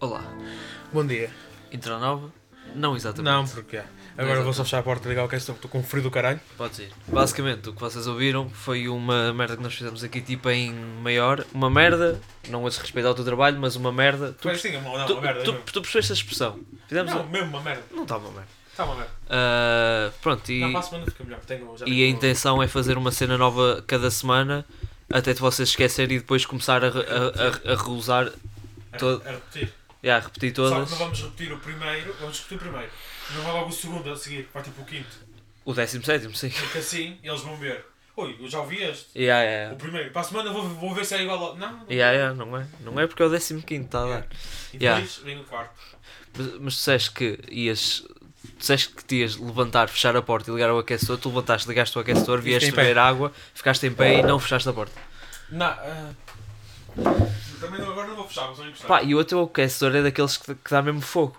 Olá, Bom dia. entrou nova? Não exatamente. Não, porque é. Agora vou só fechar a porta e ligar o que estou com frio do caralho. Pode ir. Basicamente, o que vocês ouviram foi uma merda que nós fizemos aqui, tipo em maior. Uma merda, não a desrespeitar o teu trabalho, mas uma merda. Tu, Tu és assim, uma, não, tu, uma merda. tu- mesmo. tu percebeste a expressão? Fizemos não, um- mesmo uma merda. Não estava merda. Está uma merda. Ah, pronto, e, Não, para a semana fica melhor. Tenho, já e tenho- a intenção é fazer uma cena nova cada semana, até te vocês esquecerem e depois começar a, re- a, a, a reusar, a- todo- a um- é, repetir. e a repetir Só todas. que não vamos repetir o primeiro. Vamos repetir o primeiro. Não vai logo o segundo a seguir, vai tipo o quinto. O 17, sim. Porque assim eles vão ver. Oi, eu já ouvi este. Yeah, yeah, O yeah. primeiro. Para a semana vou, vou ver se é igual ao. Não, não. Yeah, yeah, não é? Não é porque é o 15 está a dar. E Yeah. depois vem o quarto. Mas, mas disseste que ias. Disseste que te ias levantar, fechar a porta e ligar o aquecedor, tu levantaste, ligaste o aquecedor, vieste em pé. beber água, ficaste em pé e não fechaste a porta. Não. ah. Também não, agora não vou fechar, vou só encostar. Pá, e o teu aquecedor é daqueles que, que dá mesmo fogo.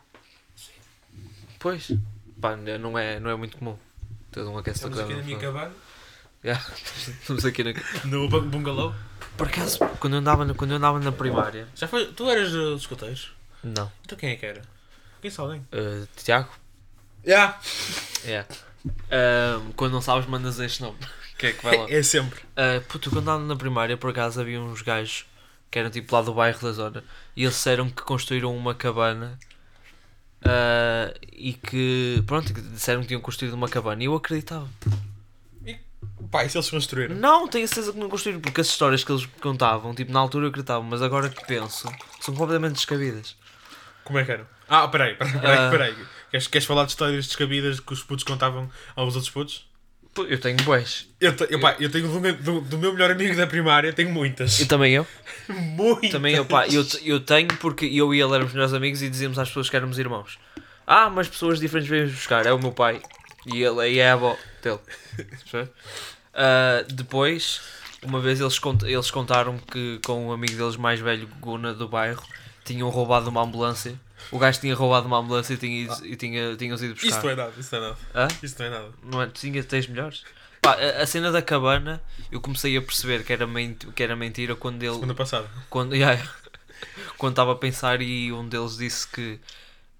Pois. Pá, não é, não é muito comum. Ter um aquecedor Estamos aqui que na dá minha mesmo fogo. cabana. Yeah, Estamos aqui na. No bungalow. Por acaso, quando eu andava na, quando eu andava na primária. Já foi. Tu eras uh, dos escoteiros? Não. Então quem é que era? Quem sabe alguém? Eh, Tiago? Já! É. Ahm, quando não sabes, mandas este nome. Que é que vai lá? É sempre. Uh, puto, quando andava na primária, por acaso havia uns gajos que eram tipo lá do bairro da zona e eles disseram que construíram uma cabana uh, e que, pronto, que disseram que tinham construído uma cabana e eu acreditava. Pá, e se eles construíram? Não, tenho a certeza que não construíram porque as histórias que eles contavam, tipo, na altura eu acreditava, mas agora que penso, são completamente descabidas. Como é que era? Ah, peraí, peraí, peraí. Ah. peraí. Queres, queres falar de histórias descabidas que os putos contavam aos outros putos? Pô, Eu tenho boés. Eu, te- eu, pá, eu tenho do meu, do- do meu melhor amigo da primária, tenho muitas. E também eu. muitas! Também eu, pá, eu, te- eu tenho porque eu e ele éramos melhores amigos e dizíamos às pessoas que éramos irmãos. Ah, mas pessoas diferentes vêm buscar, é o meu pai e ele e é a avó dele. Percebe? Ah, depois, uma vez eles, cont- eles contaram que com um amigo deles mais velho, Guna, do bairro, tinham roubado uma ambulância. O gajo tinha roubado uma ambulância e, tinha ido- e tinha, tinham ido buscar. Isso não é nada, isso não é nada. Hã? Isso não é nada. Não é? Tu tinha tens melhores? Pá, a, a cena da cabana, eu comecei a perceber que era, ment- que era mentira quando ele, Segunda passada. quando yeah, quando estava a pensar e um deles disse que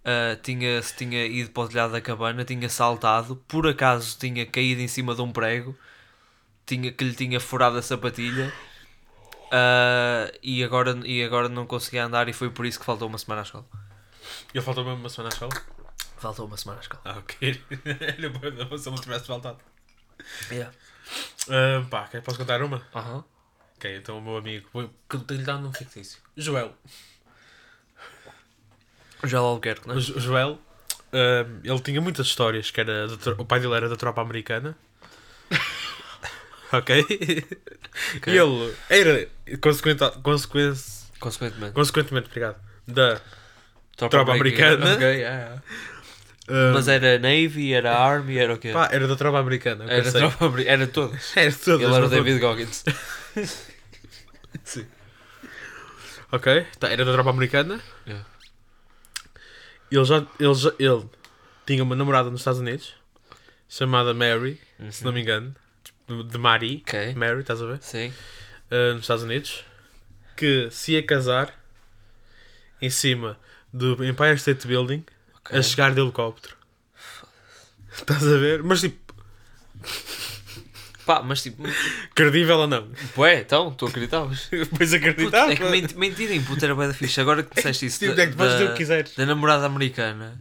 ah, tinha se tinha ido para o telhado da cabana tinha saltado por acaso tinha caído em cima de um prego tinha que lhe tinha furado a sapatilha ah, e agora e agora não conseguia andar e foi por isso que faltou uma semana à escola Ele faltou mesmo uma semana à escola? faltou uma semana à escola Ah, ok. Era bom se ele não tivesse faltado. yeah. Ah, pá, quer- posso contar uma? Aham. Ok, então o meu amigo. vou- Que eu tenho-lhe dado um fictício. Joel. já lá o quero não O é? Jo- Joel, hum, ele tinha muitas histórias que era da tro- o pai dele era da tropa americana. ok? E ele era, consequenta- consequen- consequentemente consequentemente, obrigado, da... Tropa americana. Ok, yeah, yeah. hum, mas é- era navy era army era o quê pá, era da tropa americana. eu era pensei. tropa abri- era todas Era todas, Ele era o mas não- David Goggins. Ok, tá, era da tropa americana. Yeah. Ele, já, ele, já, ele tinha uma namorada nos Estados Unidos, chamada Mary, se não me engano, de, de Mari. Ok. Mary, estás a ver? Sim. uh, nos Estados Unidos que se ia casar em cima do Empire State Building Ok. a chegar de helicóptero. Estás a ver? Mas tipo, Pá, mas tipo, credível ou não? ué, então, tu acreditavas? Pois Puto, acreditava. é que ment mentira em puta era bué da fixe. Agora que disseste isso Tipo, da, é que podes dizer o da- que quiseres. da namorada americana.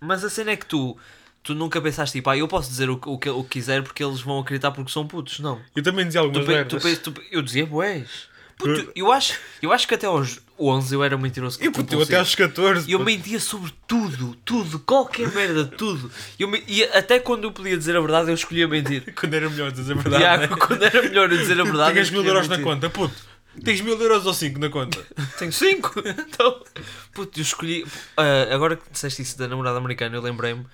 Mas a cena é que tu, tu nunca pensaste tipo, ah, eu posso dizer o, que- o, que, o que quiser porque eles vão acreditar porque são putos. Não. Eu também dizia Tu, algumas pe- tu, merdas. pe- tu, pe- eu dizia boés. Puto, eu acho, eu acho que até aos 11 eu era mentiroso. E puto, eu até compulsivo. aos 14. E assim. eu puto. mentia sobre tudo, tudo, qualquer merda, tudo. Eu me- E até quando eu podia dizer a verdade, eu escolhia mentir. Quando era melhor, dizer a verdade. Tiago, né? quando era melhor eu dizer a verdade. Tinhas eu mil euros na escolhia conta, puto. Tens mil euros ou cinco na conta. mentir. Tenho 5. Então, puto, eu escolhi. Ah, agora que disseste isso da namorada americana, eu lembrei-me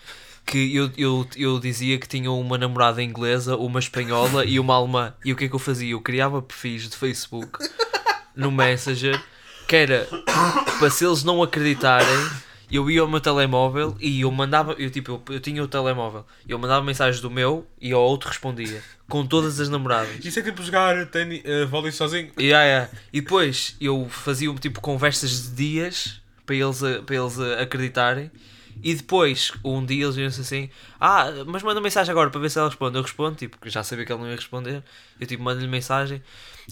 que eu, eu, eu dizia que tinha uma namorada inglesa, uma espanhola e uma alemã. E o que é que eu fazia? Eu criava perfis de Facebook no Messenger que era para se eles não acreditarem. Eu ia ao meu telemóvel e eu mandava, eu tipo, eu, eu tinha o telemóvel, eu mandava mensagens do meu e ao outro respondia, com todas as namoradas. Isso é tipo jogar tênis, eh, vôlei sozinho. Yeah, yeah. E depois eu fazia tipo conversas de dias para eles, eh, para eles eh, acreditarem. E depois, um dia eles viram-se assim: Ah, mas manda mensagem agora para ver se ela responde. Eu respondo, tipo, que já sabia que ela não ia responder. Eu, tipo, mando-lhe mensagem.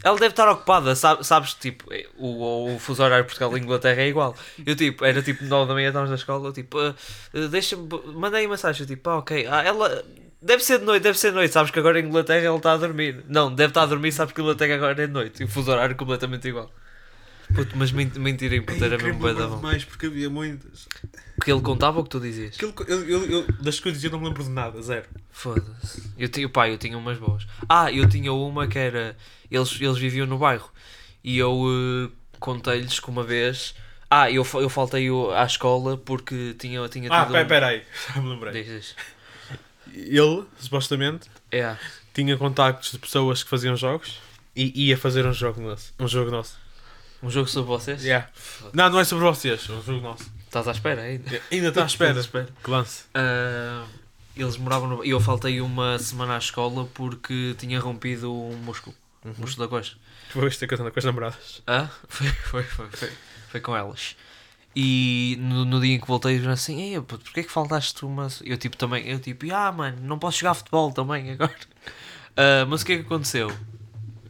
Ela deve estar ocupada, sabe- sabes? Tipo, eh, o, o fuso horário Portugal e Inglaterra é igual. Eu, tipo, era tipo 9 da manhã, estávamos na escola. Eu, tipo, "Ah, eh, deixa-me, mandei mensagem. Eu, tipo, ah, ok. Ah, ela. Deve ser de noite, deve ser de noite. Sabes que agora a Inglaterra ela está a dormir. Não, deve estar a dormir, sabes que a Inglaterra agora é de noite. E o fuso horário completamente igual. Puto, mas men- mentira em puto era mesmo bué da bom. mais porque havia muitas. Que ele contava o que tu dizias. Aquilo que- eu, eu, eu- das coisas eu não me lembro de nada, zero. Foda-se. Eu, ti- pá, eu tinha umas boas. Ah, eu tinha uma que era. Eles, eles viviam no bairro. E eu eh, contei-lhes que uma vez. Ah, eu, fa- eu faltei o- à escola porque tinha, tinha Ah, tido. pera, um- pera aí, já me lembrei. Diz, diz. Ele, supostamente, É. tinha contactos de pessoas que faziam jogos e ia fazer um jogo nosso. Um jogo nosso. Um jogo sobre vocês? Yeah. Não, não é sobre vocês, é um jogo nosso. Estás à espera ainda? Ainda está à espera. que lance. Ah, eles moravam no. Eu faltei uma semana à escola porque tinha rompido um músculo. Um músculo da coxa. Uhum. Depois ter cantando com as namoradas. Ah, foi, foi, foi, foi, foi com elas. E no, no dia em que voltei, eles eram assim: Ei, puto, porquê é que faltaste uma. se-?" Eu tipo também, eu tipo, ah, mano, não posso jogar futebol também agora. Ah, mas o que é que aconteceu?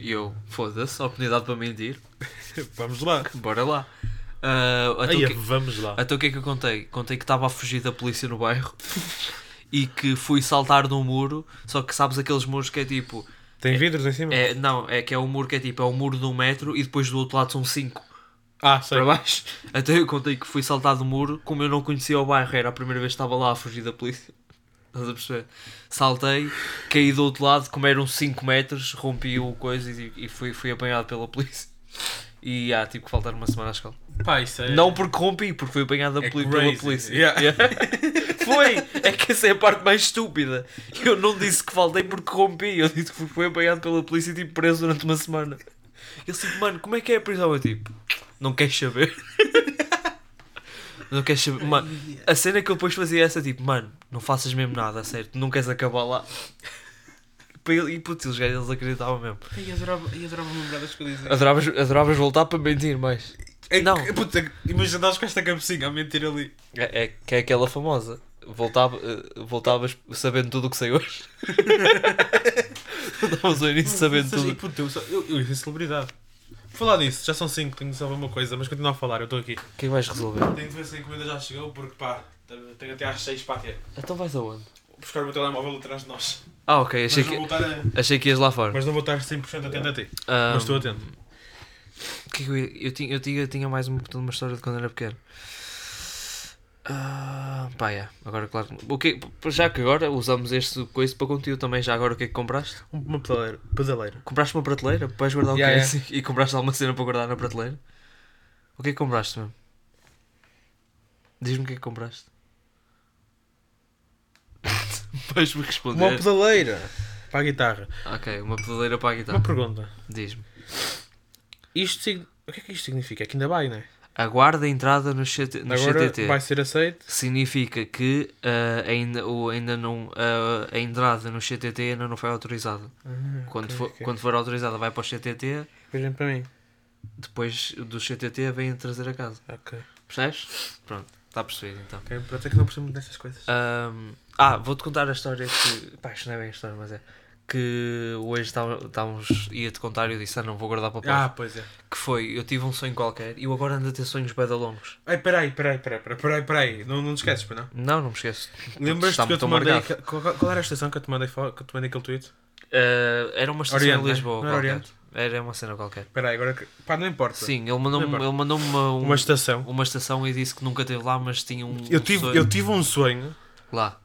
E eu, foda-se, oportunidade para mentir, Vamos lá. bora lá. Ah, então Aí, é o que- vamos lá. então o que é que eu contei? Contei que estava a fugir da polícia no bairro e que fui saltar de um muro, só que sabes aqueles muros que é tipo. Tem vidros em cima? É, não, é que é um muro que é tipo, é um muro de um metro e depois do outro lado são cinco. Ah, sei. para baixo. Até eu contei que fui saltado do muro, como eu não conhecia o bairro, era a primeira vez que estava lá a fugir da polícia. Estás a perceber? Saltei, caí do outro lado, como eram 5 metros, rompi o coisa e, e fui, fui apanhado pela polícia. E há, tive que faltar uma semana à escola. Pá, isso é... Não porque rompi, porque fui apanhado É poli- pela crazy. polícia. Yeah. Yeah. Foi! É que essa é a parte mais estúpida. Eu não disse que faltei porque rompi, eu disse que fui apanhado pela polícia e tipo preso durante uma semana. Eu disse, mano, como é que é a prisão? Eu tipo, não queres saber? Não queres saber? Mano, a cena que eu depois fazia é essa, tipo, mano, não faças mesmo nada, certo? Não queres acabar lá. Para ele- E putz, eles eles acreditavam mesmo. Ai, adorava, ai, adorava me lembrar das coisas. Adoravas, adoravas voltar para mentir mais. É, Não. que- Puta, imagina nós com esta cabecinha a mentir ali. É, é que é aquela famosa. Voltava, eh, voltavas sabendo tudo o que sei hoje. Voltavas ao início sabendo Vocês- tudo. Puta, eu, sou- eu, eu, sou celebridade. Por Falar nisso, já são 5, tenho de salvar uma coisa, mas continua a falar, eu estou aqui. Quem é vais resolver? Tenho de ver se a encomenda já chegou, porque pá, tenho até às 6 para ter. Então vais aonde? Buscar o meu telemóvel atrás de nós. Ah, ok. Achei Mas, vou que, voltar a- achei que ias lá fora. mas não vou estar 100% atento a ti. Ah, Mas estou atento. o que é que eu, ia- eu, tinha, eu tinha, tinha mais uma, uma história de quando era pequeno. Ah, pá, yeah. agora claro. que não- O que, já que agora usamos este coisa para conteúdo também, já agora o que é que compraste? Um, Uma pedaleira. pedaleira. Compraste uma prateleira? Vais guardar o que Yeah, é E compraste alguma cena para guardar na prateleira? O que é que compraste mesmo? Diz-me o que é que compraste. Vais-me Uma responder. pedaleira. Para a guitarra. ok, uma pedaleira para a Uma guitarra. pergunta. Diz-me. Isto sig- O que é que isto significa? É que ainda vai, não é? Aguarda a entrada no, CT, no Agora CTT. vai ser aceito. Significa que ah, ainda, ou ainda não, ah, a entrada no CTT ainda não foi autorizada. Ah, quando, for, quando for autorizada, vai para o CTT. Vejam para mim. Depois do CTT, vem trazer a casa. Ok. Percebes? Pronto, está percebido então. Ok, pronto, é que não percebo muito destas coisas. Ahm, ah, vou-te contar a história que. Pá, isto não é bem a história, mas é. Que hoje estava- estávamos. Ia-te contar e eu disse, ah, não vou guardar para Ah, depois. pois é. Que foi, eu tive um sonho qualquer e eu agora ando a ter sonhos bem longos. Ai, peraí, peraí, peraí, peraí, peraí, peraí. Não, não te esqueces, pois não? Não, não me esqueço. Lembras-te Está-me que eu te tão mandei. marcado. Qual, qual- qual era a estação que eu te mandei, fo- que eu te mandei aquele tweet? Ah, era uma estação Oriente, em Lisboa. não é? Não era qualquer. Era uma cena qualquer. Peraí, agora. que- Pá, não importa. Sim, ele mandou-me Não importa. ele mandou uma, um- Uma estação. uma estação e disse que nunca esteve lá, mas tinha um. Eu um tive, sonho eu tive um sonho Lá.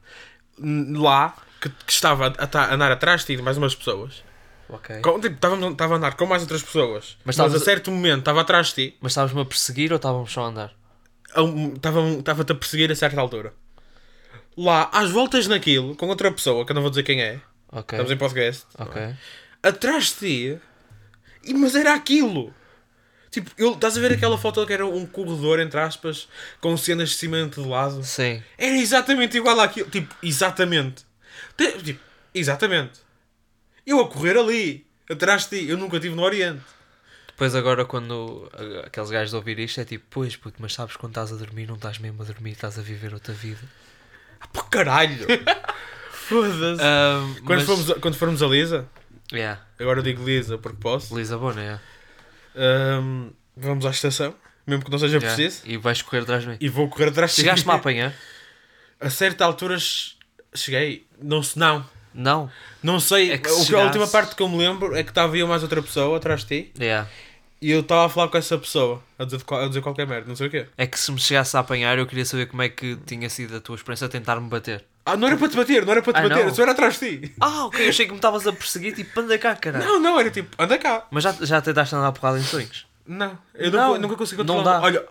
n- lá que, que estava a, ta- a andar atrás de ti, de mais umas pessoas. Ok. Com, tipo, estávamos- estava a andar com mais outras pessoas. É. Mas Mas, estavas a a- certo momento estava atrás de ti, Mas estávamos-me a perseguir ou estávamos só a andar? a um- estava- estava-te a perseguir a certa altura. Lá, às voltas naquilo, com outra pessoa, que eu não vou dizer quem é, Ok. estamos em podcast, Ok. atrás de ti, e, mas era aquilo. Tipo, eu, estás a ver aquela foto que era um corredor, entre aspas, com cenas de cimento de lado? Sim. Era exatamente igual àquilo. Tipo, exatamente. Te- Tipo, exatamente. Eu a correr ali, atrás de ti. Eu nunca estive no Oriente. Depois agora quando ah, aqueles gajos de ouvir isto é tipo, pois puto, mas sabes quando estás a dormir, não estás mesmo a dormir, estás a viver outra vida. Ah, pô, caralho! Ahm, Foda-se. Ah, quando, mas- formos a, quando formos a Lisa, Yeah, agora eu digo Lisa porque posso, Lisabona, yeah. ahm, vamos à estação, mesmo que não seja Yeah. É preciso, E vais correr atrás de mim. e vou correr atrás de ti. Chegaste-me a apanhar? A certa altura ch- cheguei, não se não. Não. Não sei, É que o se que- a última chegasse- parte que eu me lembro é que estava eu mais outra pessoa atrás de ti Yeah. e eu estava a falar com essa pessoa, a dizer, qual- a dizer qualquer merda, não sei o quê. É que se me chegasse a apanhar, eu queria saber como é que tinha sido a tua experiência a tentar-me bater. Ah, não era para te bater, não era para te Ah, bater, não. eu só era atrás de ti. Ah, ok, eu achei que me estavas a perseguir, tipo, anda cá, caralho. Não, não, era tipo, anda cá. Mas já, já tentaste andar a porrada em sonhos? Não, eu Não, nunca, nunca consegui não controlar. dá. Olha,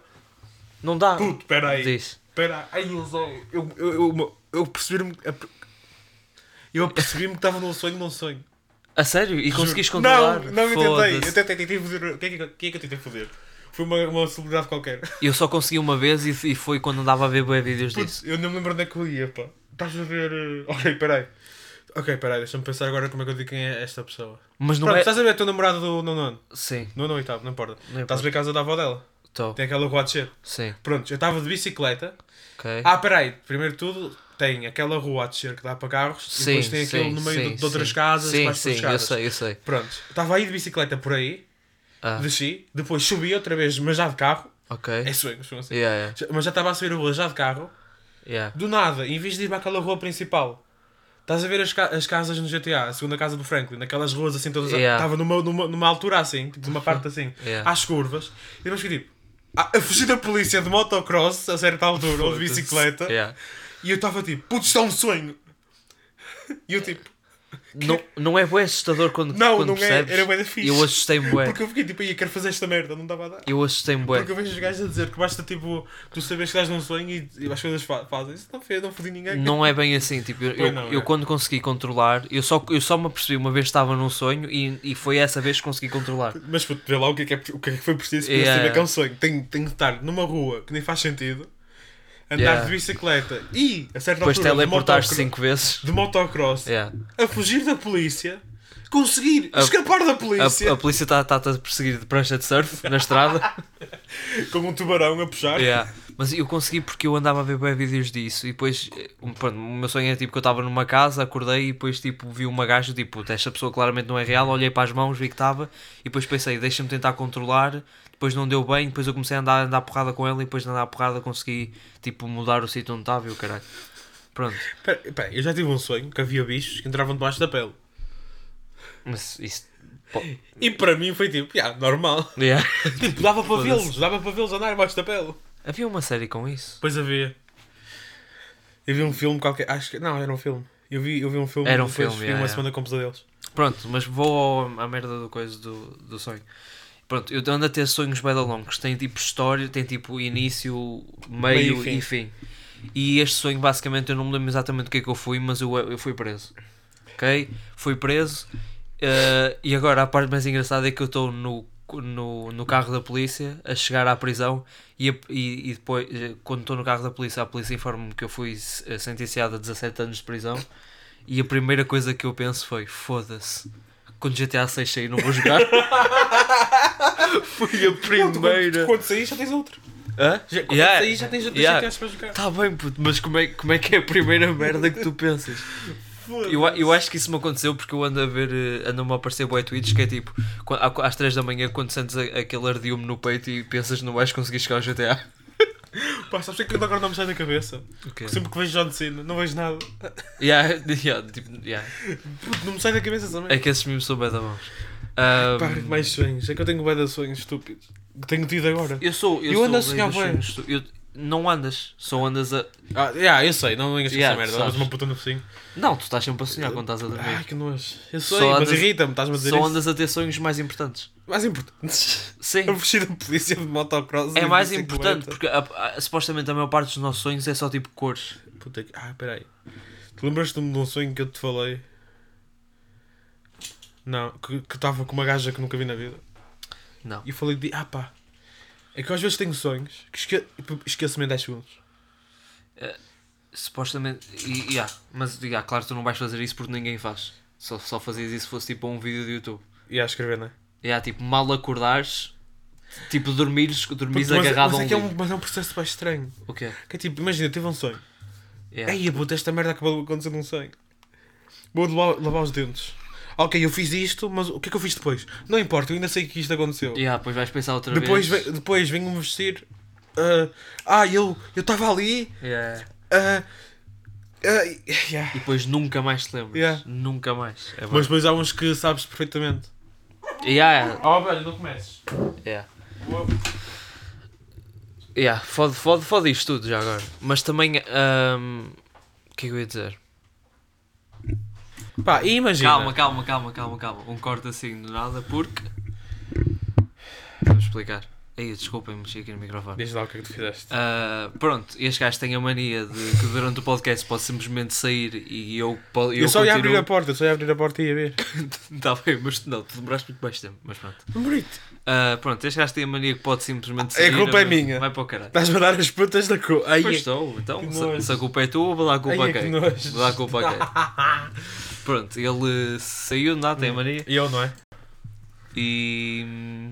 Não dá. puto, peraí. Diz. Espera, aí eu só. Eu, eu, eu, eu percebi-me. Eu percebi-me que estava num sonho, num sonho. A sério? E conseguiste Juro. controlar? Não, não, eu tentei. Foda-se. Eu tentei, tentei foder. O que é que, o que, é que eu tentei foder? Foi uma, uma celebridade qualquer. Eu só consegui uma vez e, e foi quando andava a ver bué vídeos disso. Putz, eu não me lembro onde é que eu ia, pá. Estás a ver. eh, Ok, peraí. Ok, peraí, deixa-me pensar agora como é que eu digo quem é esta pessoa. Mas não Pronto, é. estás a ver a tua namorada do nono ano? Sim, Nono oitavo, não importa. Não Estás a ver a casa da avó dela? estou. Tem aquela rua a descer. Sim, Pronto, eu estava de bicicleta ok. Ah, peraí, primeiro de tudo, tem aquela rua a descer que dá para carros e depois tem aquilo no meio de, de outras sim. casas Sim, mais sim, eu casas. sei, eu sei. Pronto, estava aí de bicicleta por aí, Ah, desci, depois subi outra vez, mas já de carro. ok. É sonho, sonho assim. Yeah, yeah, Já- Mas já estava a subir a rua já de carro. yeah. Do nada, em vez de ir para aquela rua principal, estás a ver as, ca- as casas no GTA, a segunda casa do Franklin, naquelas ruas assim todas. Yeah. Estava numa, numa, numa altura assim, tipo numa parte assim, Yeah. às curvas, e depois fiquei tipo. A a fugir da polícia de motocross a certa altura, ou de bicicleta, Yeah. e eu estava tipo, putz, isto é um sonho. E eu tipo, Não, não é bué assustador quando, não, quando não percebes? é, era bué da fixe. Eu assustei-me bué. Porque eu fiquei tipo, ia quero fazer esta merda, não dava a dar. Eu assustei-me bué. Porque eu vejo os gajos a dizer que basta tipo, tu sabes que estás num sonho e, e as coisas fa fazem. Isso não fez, não fodi ninguém. Não é bem assim, tipo, eu, Pois eu, não, eu é. quando consegui controlar, eu só, eu só me apercebi uma vez que estava num sonho e, e foi essa vez que consegui controlar. Mas puto, vê lá o que é que, é- o que, é que foi preciso para Yeah. eu saber que é um sonho. Tenho, tenho de estar numa rua que nem faz sentido, andar Yeah. de bicicleta e a certa Depois altura de teleportaste motocro- 5 vezes. de motocross Yeah. a fugir da polícia, conseguir A- escapar da A, polícia a polícia está-te a perseguir de prancha de surf na estrada. com um tubarão a puxar. Yeah. Mas eu consegui porque eu andava a ver bem vídeos disso e depois, eh, um- pronto, o meu sonho é tipo que eu estava numa casa, acordei e depois tipo vi uma gaja, tipo, esta pessoa claramente não é real, olhei para as mãos, vi que estava e depois pensei, deixa-me tentar controlar, depois não deu bem, depois eu comecei a andar, andar a porrada com ela e depois de andar a porrada consegui tipo mudar o sítio onde estava e o caralho. Pronto, Pera, pera, eu já tive um sonho que havia bichos que entravam debaixo da pele. mas isso. pô, E para mim foi tipo, yeah, normal. yeah. Tipo, dava para vê-los, dava para vê-los andar debaixo da pele. Havia uma série com isso? Pois havia. Eu vi um filme qualquer, acho que, não, era um filme. Eu vi, eu vi um filme, Era um depois filme, vi yeah, uma yeah. semana com pesadelos. Pronto, mas vou ao- à merda do coisa do, do sonho. Pronto, eu ando a ter sonhos bem longos. Tem tipo história, tem tipo início, meio, Meio e e fim. E este sonho, basicamente, eu não me lembro exatamente o que é que eu fui, mas eu, eu fui preso. Ok? Fui preso. eh, e agora a parte mais engraçada é que eu estou no, no, no carro da polícia a chegar à prisão e, a- e, e depois, eh, quando estou no carro da polícia, a polícia informa-me que eu fui eh, sentenciado a 17 anos de prisão. E a primeira coisa que eu penso foi: foda-se, quando GTA 6 sair, não vou jogar. Fui a Pronto, quando, primeira. quando saís já tens outro. Hã? Já, quando Yeah. saís já tens outro Yeah. yeah. para jogar. Tá bem, puto, mas como é, como é que é a primeira merda que tu pensas? Eu, a- eu acho que isso me aconteceu porque eu ando a ver, eh, andam-me a aparecer boé tweets que é tipo, quan- à- às 3 da manhã, quando sentes a- aquele ardiume no peito e pensas que não vais conseguir chegar ao GTA. Pá, sabes o que é que agora não me sai da cabeça? Okay. Sempre que vejo John Cena, não vejo nada. Yeah, yeah, tipo, yeah. Puto, não me sai da cabeça também. É que esses mimos são bem da bons. Ahm, Pá, mais sonhos. É que eu tenho bué de sonhos estúpidos. Que tenho tido agora. eu sou. Eu, eu sou ando a o rei sonhar dos bué. sonhos, tu- eu- Não andas, só andas a. Ah, yeah, eu sei, não venhas com Yeah, essa merda. sabes. Dás uma puta no focinho. Não, tu estás sempre a sonhar quando estás a dormir. Ai, que nojo. Eu sei, Só mas andas- irrita-me, estás-me a dizer Só isso. andas a ter sonhos mais importantes. Mais importantes. Sim. A fugir da polícia de motocross. É e mais bicicleta. importante porque a- a- supostamente a maior parte dos nossos sonhos é só tipo cores. Puta que... Ah, peraí. Tu lembras-te-me de um sonho que eu te falei? Não, que que estava com uma gaja que nunca vi na vida. Não. E eu falei de... Ah pá. É que eu às vezes tenho sonhos que esque... esqueço-me em 10 segundos. Supostamente. E, e há. mas e há, claro, tu não vais fazer isso porque ninguém faz. Só, só fazias isso se fosse tipo um vídeo do YouTube. E a escrever, não é? Yeah, tipo, mal acordares, tipo, dormires, dormires mas, agarrado mas a um é que é livro. um, mas é um processo bem estranho. O quê? Que é tipo, imagina, eu tive um sonho. Yeah. Ei, puta, esta merda acabou de acontecer num sonho. Vou lavar, lavar os dentes. Ok, eu fiz isto, mas o que é que eu fiz depois? Não importa, eu ainda sei que isto aconteceu. Yeah, depois vais pensar outra Depois, vez. ve- depois venho-me vestir. ah, ah, eu eu estava ali. Yeah. ah, ah, yeah. E depois nunca mais te lembras. Yeah. Nunca mais. É Mas verdade. depois há uns que sabes perfeitamente. Yeah, Ah, velho, não comeces. yeah. Yeah, fode, fode, fode isto tudo já agora. Mas também. ahm, O que é que eu ia dizer? Pá, e imagina. Calma, calma, calma, calma, calma. Um corte assim do nada porque. Vou explicar. Aí, desculpem, mexi aqui no microfone. Diz lá o que é que tu fizeste. Ah, pronto, este gajo tem a mania de que durante o podcast pode simplesmente sair e eu, po- Eu, eu, só ia abrir continuo. a porta, eu só ia abrir a porta e ia ver. Tá bem, mas não, tu demoraste muito mais tempo, mas pronto. Bonito. Ah, pronto, este gajo tem a mania que pode simplesmente A sair. culpa é mas- minha. Vai para o caralho. Estás a dar as putas da cu. Ai, Pois estou, então, é que se, nojo. se a culpa é tua, vou dar a culpa Ai, a que quem? nojo. Vou dar a culpa a quem? Pronto, ele saiu, não tem a mania. E eu, não é? E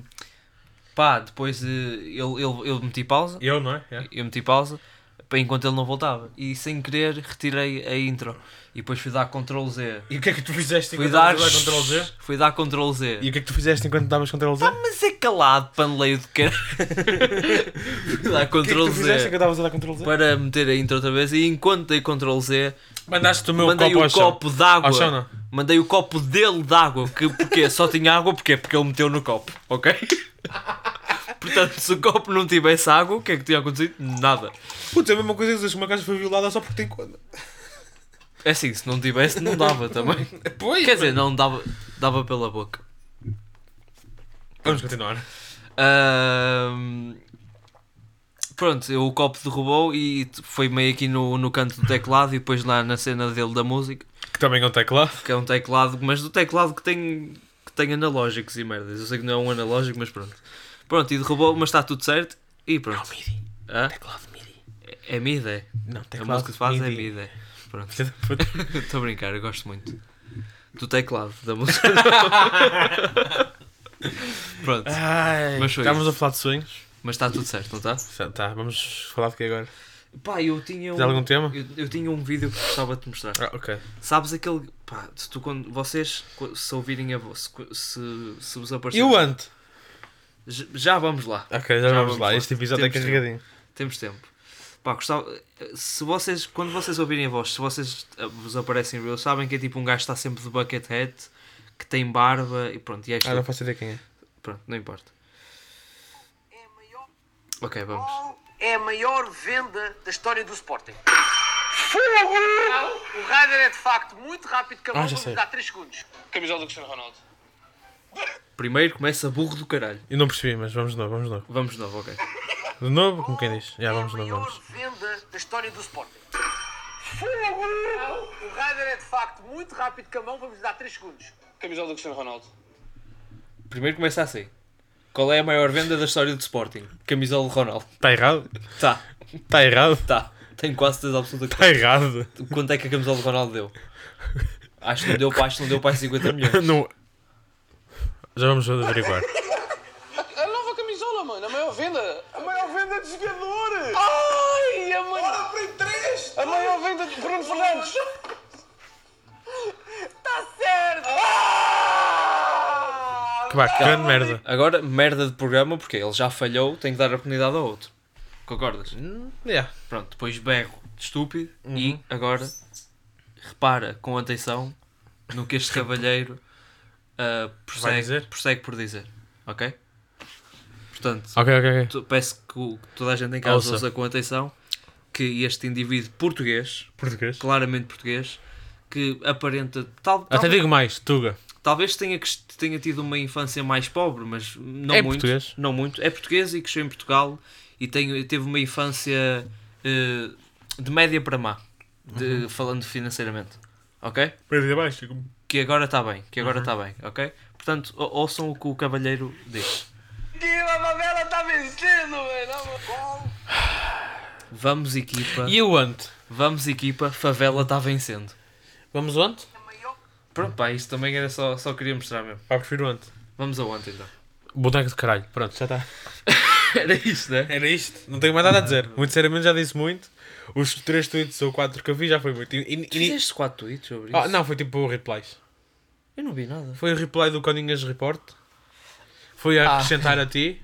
pá, depois eh, ele, ele, eu meti pausa. E Eu, não é? Yeah. Eu meti pausa para enquanto ele não voltava. E sem querer retirei a intro. E depois fui dar Ctrl Z. E o que é que tu fizeste Fui enquanto dar, davas Ctrl Z? fui dar Ctrl Z. E o que é que tu fizeste enquanto davas Ctrl Z? Mas é calado, paneleio de cara. fui dar O que é que Ctrl tu fizeste Z enquanto davas a dar Ctrl Z? para meter a intro outra vez. E enquanto dei Ctrl Z, Mandaste o meu mandei copo o ao chão. copo d'água. Ao chão, não. Mandei o copo dele d'água. Que, porque só tinha água porque, porque ele meteu no copo, ok? Portanto, se o copo não tivesse água, o que é que tinha acontecido? Nada. Putz, é a mesma coisa que dizes que uma casa foi violada só porque tem conta. É assim, se não tivesse, não dava também. Pois! Quer dizer, não dava, dava pela boca. Vamos continuar. Ahm, pronto, eu, o copo derrubou e t- foi meio aqui no, no canto do teclado e depois lá na cena dele da música, Que também é um teclado. que é um teclado, mas do teclado que tem, que tem analógicos e merdas. Eu sei que não é um analógico, mas pronto. Pronto, e derrubou, mas está tudo certo e pronto. MIDI. Hã? Teclado MIDI. É MIDI. Não, A teclado música que se faz é MIDI. Pronto, estou a brincar, eu gosto muito. Do teclado, da música. pronto, Ai, Mas foi estávamos a falar de sonhos. mas está tudo certo, não está? Tá, Tá, vamos falar de que agora? Pá, eu tinha um, Tens algum tema? eu, eu tinha um vídeo que gostava de te mostrar. Ah, ok. Sabes aquele. Pá, se tu, quando, vocês, co- se ouvirem a voz, co- se, se vos E aparecer. o ante? J- Já vamos lá, Ok, já, vamos, lá. Este episódio é Temos carregadinho. temos tempo. Pá, gostava. Se vocês. Quando vocês ouvirem a voz, se vocês eh, vos aparecem reels, sabem que é tipo um gajo que está sempre de bucket hat, que tem barba e pronto, e é isto. Ah, não faço ideia quem é. Pronto, não importa. é a maior, Ok, vamos. é a maior venda da história do Sporting. Fogo! o Ryder é de facto muito rápido, Ah, acabou já de sei. mudar 3 segundos. Camisola do Cristiano Ronaldo. Primeiro começa burro do caralho. Eu não percebi, mas vamos de novo, vamos de novo. Vamos de novo, ok. De novo, como quem diz? Já, vamos de é a novo, maior vamos. venda da história do Sporting. Fogo! o Ryder é de facto muito rápido, acabou vamos lhe dar 3 segundos. Camisola do Cristiano Ronaldo. Primeiro começa assim. Qual é a maior venda da história do Sporting? Camisola de Ronaldo. Está errado? Tá, Está errado? tá. Tenho quase certeza absoluta que Está errado. Quanto é que a camisola do Ronaldo deu? Acho que não deu para, acho que não deu para 50 milhões. Não. Já vamos averiguar. A nova camisola, mano, a maior venda. A maior venda de jogadores! Ai, a maior. Ora, para 3! A maior venda de Bruno Fernandes! Tá certo! Ah! Que bacana, merda. Agora, merda de programa, porque ele já falhou, tem que dar a oportunidade ao outro. Concordas? Yeah. Pronto, depois berro de estúpido e Uhum. agora repara com atenção no que este cavalheiro ah, Vai prossegue, dizer? prossegue por dizer. Ok? Portanto, Ok, ok, ok. tu- peço que o- que toda a gente em casa Ah. Ouça. ouça com atenção que este indivíduo português Português. claramente português, que aparenta. Tal, tal- Até digo mais, Tuga. Talvez tenha, cres- tenha tido uma infância mais pobre, mas não É muito. português? Não muito. É português e cresceu em Portugal e tem, teve uma infância eh, de média para má, de- Uhum. falando financeiramente. Ok? Para dizer mais, Que agora está bem, que Uhum. agora está bem, ok? Portanto, o- ouçam o que o cavalheiro diz. Que a favela tá vencendo, velho! Vamos equipa, E o ante? vamos equipa, favela está vencendo. Vamos onde? Pronto, pá, isto também era só, só queria mostrar mesmo. Pá, Ah, prefiro o ante. Vamos a ontem então. Boneco de caralho, pronto, já está. Era isto, né? Era isto, não tenho mais nada a dizer. Muito sinceramente, já disse muito. Os três tweets ou quatro que eu vi já foi muito. E- e- Tu e- fizeste 4 tweets sobre isso? Ah, não, foi tipo replies. Eu não vi nada. Foi o replay do Coninhas Report. Foi a Ah. acrescentar a ti.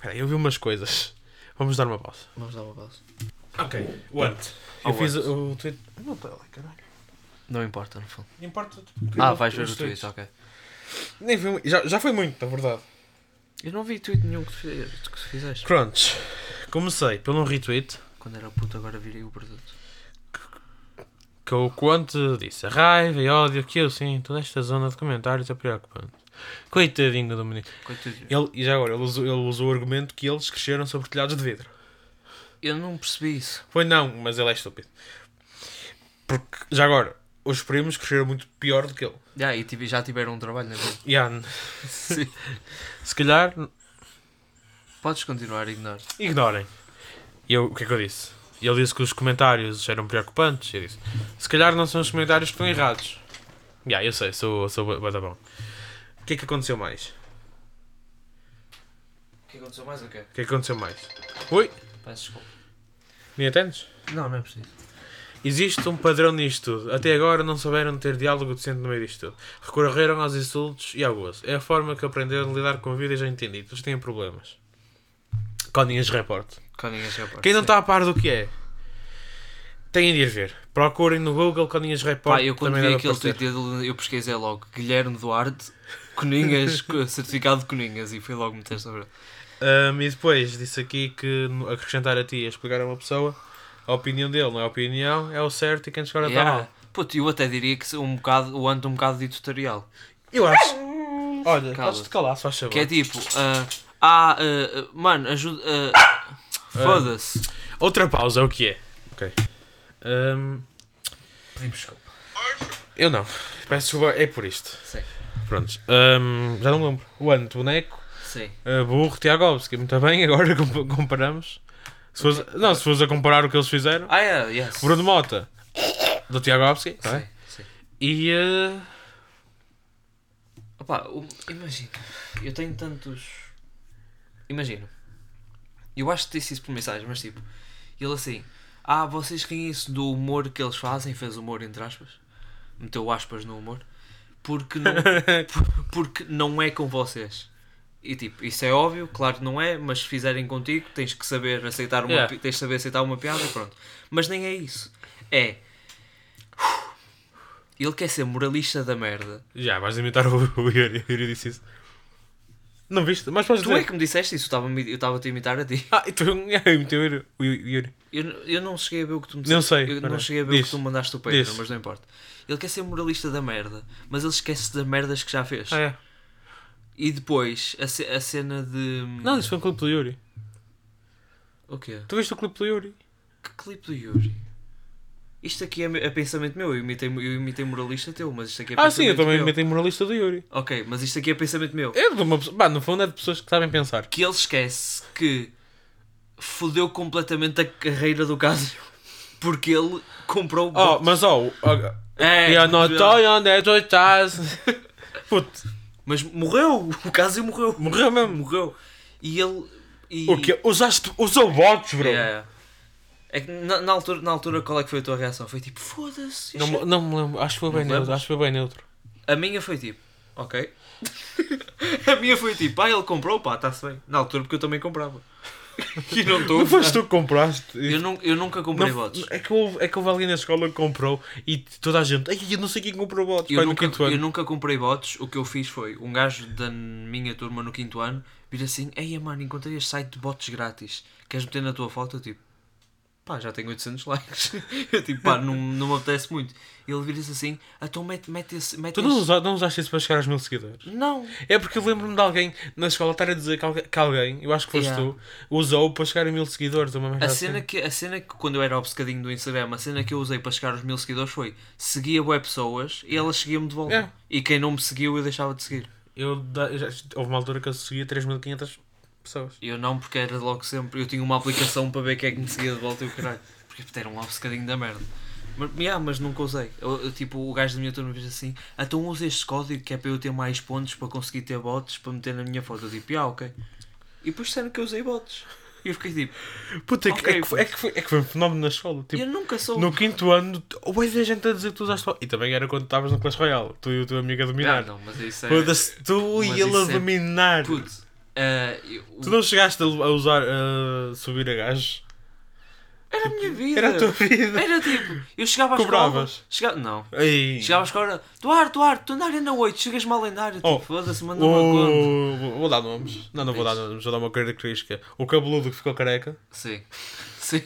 Peraí, eu vi umas coisas. Vamos dar um uma pausa. Vamos dar uma pausa. Ok, what? Eu Oh, fiz what? o, o tweet. Não está lá, caralho. Não importa, no fundo. Não importa. Ah, vais ver o tweet, ok. Nem vi, já, já foi muito, na verdade. Eu não vi tweet nenhum que tu fiz- que tu fizeste. Crunch. Comecei pelo retweet Quando era puto, agora virei o produto. que o Quante disse. A raiva e ódio que eu sinto nesta zona de comentários é preocupante. Coitadinho do menino. Coitadinho. Ele, e já agora, ele usou, ele usou o argumento que eles cresceram sobre telhados de vidro. Eu não percebi isso. Foi não, mas ele é estúpido. Porque, já agora, os primos cresceram muito pior do que ele. Ah, e tive- já tiveram um trabalho na vida. E há- Sim. se calhar, Podes continuar a ignorar. ignorem. E eu, o que é que eu disse? Ele disse que os comentários eram preocupantes. Eu disse, se calhar não são os comentários que estão errados. Já, eu sei, sou, sou bué da bom. O que é que aconteceu mais? O que aconteceu mais ou quê? O que é que aconteceu mais? Ui, Peço desculpa. nem atendes? Não, não é preciso. Existe um padrão nisto tudo. Até agora não souberam ter diálogo decente no meio disto tudo. Recorreram aos insultos e ao gozo. É a forma que aprenderam a lidar com a vida e já entendi. Eles têm problemas. Coninhas Report. Coningas Report. Quem não está a par do que é, têm de ir ver. Procurem no Google Coninhas Report. Pá, eu quando também vi deve aquele aparecer. tweet dele, eu pesquisei logo Guilherme Duarte, Coningas, co- certificado de Coningas, e fui logo meter sobre ele. Ahm, e depois disse aqui que no- acrescentar a ti e explicar a uma pessoa a opinião dele, não é a opinião, é o certo e quem discorda está Yeah. mal. Puto, eu até diria que um bocado, o ando um bocado ditatorial. Eu acho. Olha, Cala. podes-te calar, se faz favor. Que é tipo, ah, ah, ah, mano, ajuda. ah, Foda-se. Outra pausa, o que é? Ok. Ahm, desculpa. eu não. Peço desculpa, é por isto. Sim, Pronto. Ahm, já não me lembro. O ano de boneco, sim. ah, burro, Tiagovski. Muito bem, agora comp- comparamos. Se fores- não, se fores a comparar o que eles fizeram. Ah, é, yes. Bruno Mota, do Tiagovski. não é? Sim, sim. E. ah, Opa, o- imagina, eu tenho tantos. Imagina, eu acho que disse isso por mensagem, mas tipo, ele assim, ah, vocês riem-se do humor que eles fazem, fez humor entre aspas, meteu aspas no humor, porque não, por- porque não é com vocês. E tipo, isso é óbvio, claro que não é, mas se fizerem contigo tens que saber aceitar uma, Yeah. pi- tens de saber aceitar uma piada e pronto. Mas nem é isso. É. Ele quer ser moralista da merda. já, vais imitar o, o Yuri. O Yuri disse isso. Não viste? Mas podes Tu dizer. é que me disseste isso, eu estava a me- eu estava a te imitar a ti. Ah, e tu. Eu imitei o Yuri. O Yuri. Eu, n- eu não cheguei a ver o que tu me Não disseste. sei, Eu não peraí. cheguei a ver Diz. o que tu me mandaste do Patreon, Diz. mas não importa. Ele quer ser moralista da merda, mas ele esquece das merdas que já fez. Ah, é. E depois, a, ce- a cena de. Não, isso foi um clipe do Yuri. O quê? Tu viste o clipe do Yuri? Que clipe do Yuri? Isto aqui é, me- é pensamento meu, eu imitei, eu imitei moralista teu, mas isto aqui é Ah, sim, pensamento eu também meu. imitei o moralista do Yuri. Ok, mas isto aqui é pensamento meu. É de uma pessoa. Bah, no fundo é de pessoas que sabem pensar. Que ele esquece que fodeu completamente a carreira do Casio porque ele comprou o Oh, voto. mas ó. É, E a tipo, notória onde é tu estás. Puto, Mas morreu, o Casio morreu. morreu mesmo. Morreu. E ele. E... O quê? Usaste. Usou bots, bro. É. É que na, na altura, na altura, qual é que foi a tua reação? Foi tipo, foda-se. Não, me- não me lembro. Acho que foi bem Não neutro. lembras? Acho que foi bem neutro. A minha foi tipo, ok. a minha foi tipo, ah, ele comprou, pá, está-se bem. Na altura, porque eu também comprava. e não estou. a Não foste gozar. tu que compraste. Eu, nun- eu nunca comprei Não- votos. É que, houve, é que houve alguém na escola que comprou e toda a gente. Ai, eu não sei quem comprou bots. Eu Pai, nunca, no quinto ano. eu nunca comprei votos. O que eu fiz foi um gajo da minha turma no quinto ano vir assim: Ei, mano, encontrei este site de bots grátis. Queres meter na tua foto? Eu tipo, pá, já tenho 800 likes. Eu tipo, pá, não, não me apetece muito. E ele vira-se assim: Então mete, mete esse. Mete Tu não, esse- usa, não usaste isso para chegar aos mil seguidores? Não. É porque eu lembro-me de alguém na escola estar a dizer que algu- que alguém, eu acho que foste Yeah. tu, usou para chegar a mil seguidores. Uma merda A cena, assim. que, a cena que, quando eu era obcecadinho do Instagram, a cena que eu usei para chegar aos mil seguidores foi seguia web pessoas É. e elas seguiam-me de volta. Yeah. E quem não me seguiu, eu deixava de seguir. Eu, da- eu já- houve uma altura que eu seguia 3.500 pessoas. Eu não, porque era logo sempre. Eu tinha uma aplicação para ver quem é que me seguia de volta e o caralho. Porque puta, era um obcecadinho da merda. Mas, yeah, mas nunca usei. Eu- eu, tipo, o gajo da minha turma fez assim: então usa este código que é para eu ter mais pontos para conseguir ter bots para meter na minha foto. Eu tipo, ah, ok. E depois disseram que eu usei bots. E eu fiquei tipo, Puta, é que- Ok, é, que, foi- é, que foi, é que foi um fenómeno na escola. Tipo, eu nunca sou. no quinto ano, houve da gente a dizer que tu usaste bots. E também era quando estavas no Clash Royale, tu e a tua amiga a Ah, dominar. não, mas isso é. Foda-se, tu Mas e ele a isso é- dominar. Puto, eh, eu- Tu não chegaste a a usar, a subir a gajos? Era a minha vida. tipo, Era a tua vida. Era tipo, eu chegava à Cobravas? escola. Chegava, não. Ei. Chegava à escola, Duarte, Duarte, tu na arena 8, chegas mal em área. Tipo, Oh. foda-se, manda uma conta. O... Vou vou dar nomes. Não, não vou dar Diz. nomes, vou dar uma característica. é O cabeludo que ficou careca, Sim. Sim.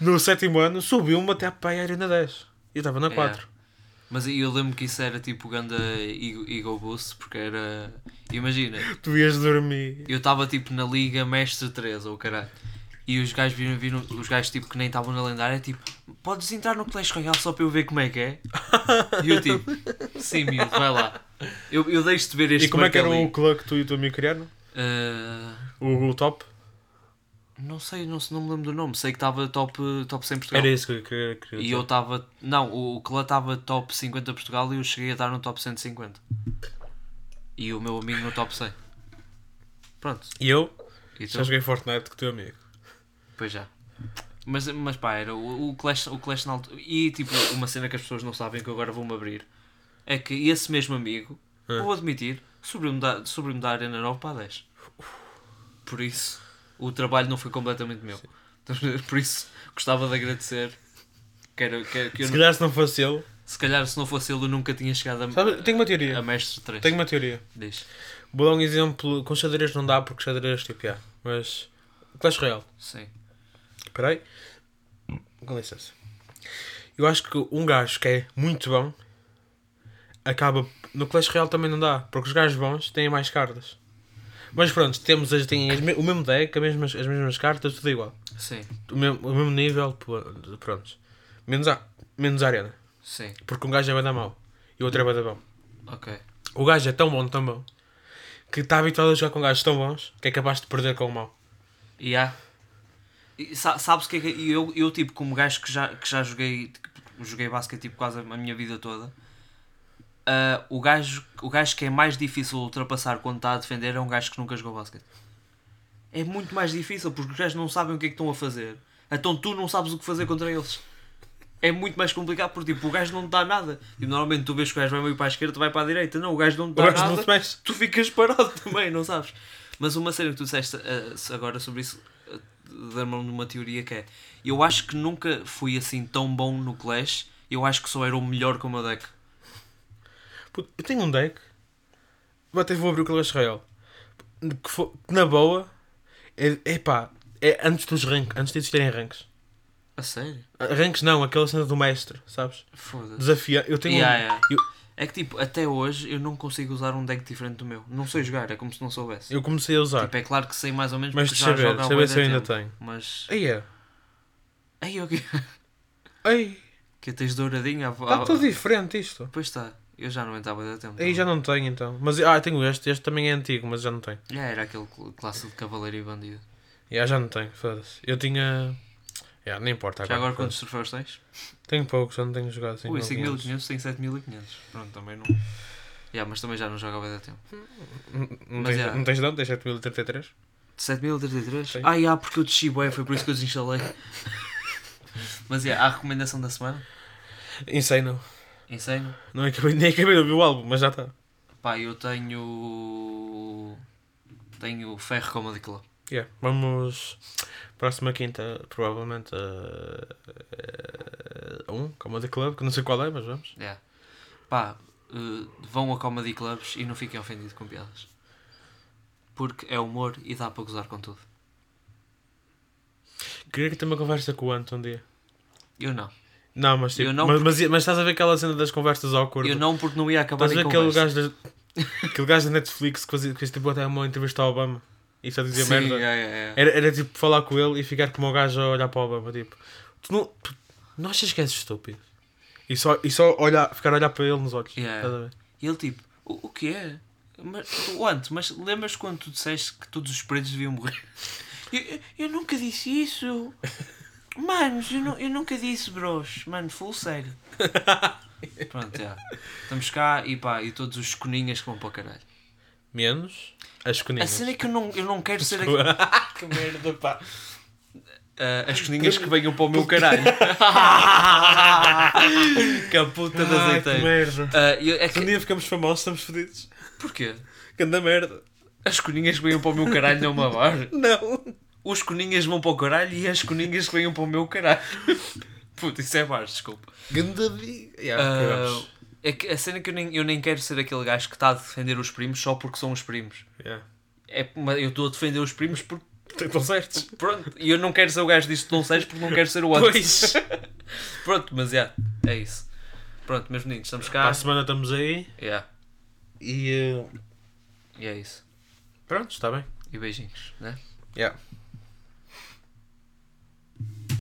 no sétimo ano, subiu-me até para a Arena 10. E eu estava na É. 4. Mas eu lembro que isso era tipo ganda ego ego boost, porque era. Imagina, Tu ias dormir. eu estava tipo na Liga Mestre 3 ou o caralho. E os gajos viram, viram os gajos tipo que nem estavam na lendária, tipo, podes entrar no Clash Royale só para eu ver como é que é? E eu tipo, sim, miúdo, vai lá. Eu, eu deixo-te ver este E como é que era martelinho." o clã que tu e o teu amigo criaram? Ah, O, o top? não sei, não, se- não me lembro do nome. Sei que estava top, top 100 Portugal. Era isso que eu queria. queria E dizer. eu estava. Não, o, o Clã estava top 50 Portugal e eu cheguei a estar no top 150. E o meu amigo no top 100. Pronto. E eu E tu? já joguei Fortnite com o teu amigo. Pois já. Mas, mas pá, era o, o Clash, o Clash na altura. E tipo, uma cena que as pessoas não sabem que eu agora vou-me abrir é que esse mesmo amigo, vou admitir, subiu-me da, subiu da Arena 9 para a 10. Por isso, o trabalho não foi completamente meu. Por isso, gostava de agradecer. Quero, quero, que eu Se não- calhar se não fosse ele. Se calhar se não fosse ele eu nunca tinha chegado a, Sabe, tenho uma a teoria. mestre 3. Tenho uma teoria. Diz. Vou dar um exemplo. Com xadrez não dá porque xadrez tipo, yeah. Mas. Clash Royale. Sim. Espera aí. Com licença. Eu acho que um gajo que é muito bom acaba. No Clash Royale também não dá, porque os gajos bons têm mais cartas. Mas pronto, temos as, têm as me- o mesmo deck, as mesmas, as mesmas cartas, tudo igual. Sim. O mesmo, o mesmo nível, pô, pronto. Menos a, menos a arena, Sim. porque um gajo é bada mau e o outro é bada bom. Ok. O gajo é tão bom, tão bom, que está habituado a jogar com gajos tão bons que é capaz de perder com o mau. E há. E sa- sabes o que é que e eu, eu tipo, como gajo que já, que já joguei, que joguei basquete tipo, quase a minha vida toda, ah, o, gajo, o gajo que é mais difícil ultrapassar quando está a defender é um gajo que nunca jogou basquete. É muito mais difícil porque os gajos não sabem o que é que estão a fazer. Então tu não sabes o que fazer contra eles. É muito mais complicado porque tipo, o gajo não te dá nada. Tipo, normalmente tu vês que o gajo vai meio para a esquerda, vai para a direita. Não, o gajo não te O dá gajo nada não se mexe. tu ficas parado também, não sabes? Mas uma cena que tu disseste ah, agora sobre isso ah, dá-me uma teoria que é eu acho que nunca fui assim tão bom no Clash, eu acho que só era o melhor com o meu deck. Puto, eu tenho um deck. Vou Até vou abrir o Clash Royale. Que, fo- que na boa. É, é pá. É antes dos ranks. Antes de existirem ranks. A sério? Ranks não, aquela cena do mestre, sabes? Foda-se. Desafia. Eu tenho. um- Yeah, yeah. Eu, É que tipo, até hoje eu não consigo usar um deck diferente do meu. Não sei jogar, é como se não soubesse. eu comecei a usar. Tipo, é claro que sei mais ou menos Tá. mas de porque já saber, jogo há bué de saber de se eu ainda tempo. tenho. Mas. Aí é. Ai, ok. Ei, Que tens douradinho à está tudo diferente isto. Pois está, eu já não estava a tempo. Aí já não tenho então. Mas ah, tenho este. Este também é antigo, mas já não tenho. Já É, era aquele cl- clássico de cavaleiro e bandido. Yeah, já não tenho, foda-se. Eu tinha. Yeah, não importa Já agora. agora foda-se. quantos troféus tens? Tenho poucos, já não tenho jogado. assim tenho Ui, alguns. 5.500 tem 7.500. Pronto, também não. Yeah, mas também já não joga há bué de tempo. Não, não, Mas tens, é. não tens de onde? Tens 7033? De 7.033? Sim. Ah, yeah, porque eu desci bué, foi por isso que eu desinstalei. mas é, yeah, a recomendação da semana? Insano. Insano? Não acabei, nem acabei de ouvir o álbum, mas já tá. está. Pá, eu tenho. Tenho Ferro Comedy Club. Yeah. Vamos. Próxima quinta, provavelmente a. a um, Comedy Club, que não sei qual é, mas vamos. Yeah. Pá, eh, vão a comedy clubs e não fiquem ofendidos com piadas. Porque é humor e dá para gozar com tudo. Queria que ter uma conversa com o Anto um dia. Eu não. Não, mas tipo. Eu não, mas, mas, mas estás a ver aquela cena das conversas awkward? Eu não porque não ia acabar Estás a ver em aquele conversa. gajo, das, aquele gajo da Netflix que, fazia, que fez tipo até uma entrevista ao Obama e só dizia Sim, é, merda? yeah, yeah, yeah. Era, era tipo falar com ele e ficar como o gajo a olhar para o Obama, tipo, tu não, tu não achas que és estúpido? E só, e só olhar, ficar a olhar para ele nos olhos. Yeah. estás a ver? E ele tipo, o, o que é? Mas, o Ante, mas lembras quando tu disseste que todos os pretos deviam morrer? Eu, eu- eu nunca disse isso. Manos, eu, nu- eu nunca disse bros. Mano, full sério. Pronto, já. Estamos cá e pá, e todos os coninhas que vão para o caralho. Menos as A coninhas. cena é que eu não, eu não quero ser aqui. que merda, pá. é. Ah, as coninhas que venham para o meu caralho. que a puta das Ai, que azeiteiras. merda. Ah, eu- é Se um que, dia ficamos famosos, estamos fodidos. porquê? Que anda merda. As coninhas que venham para o meu caralho não mamar. Não. Os coninhas vão para o caralho e as coninhas que venham para o meu caralho. Puta, isso é baixo, desculpa. Ganda dia. Ah, é que a cena é que eu nem, eu nem quero ser aquele gajo que está a defender os primos só porque são os primos. É, mas eu estou a defender os primos porque. Estão Então, certos. Pronto, e eu não quero ser o gajo disto não seres porque não quero ser o outro. Pois. Pronto, mas é, é isso. Pronto, meus meninos, estamos Para cá. a semana estamos aí. Yeah, E. eh, e é isso. Pronto, está bem. E beijinhos, né? Yeah.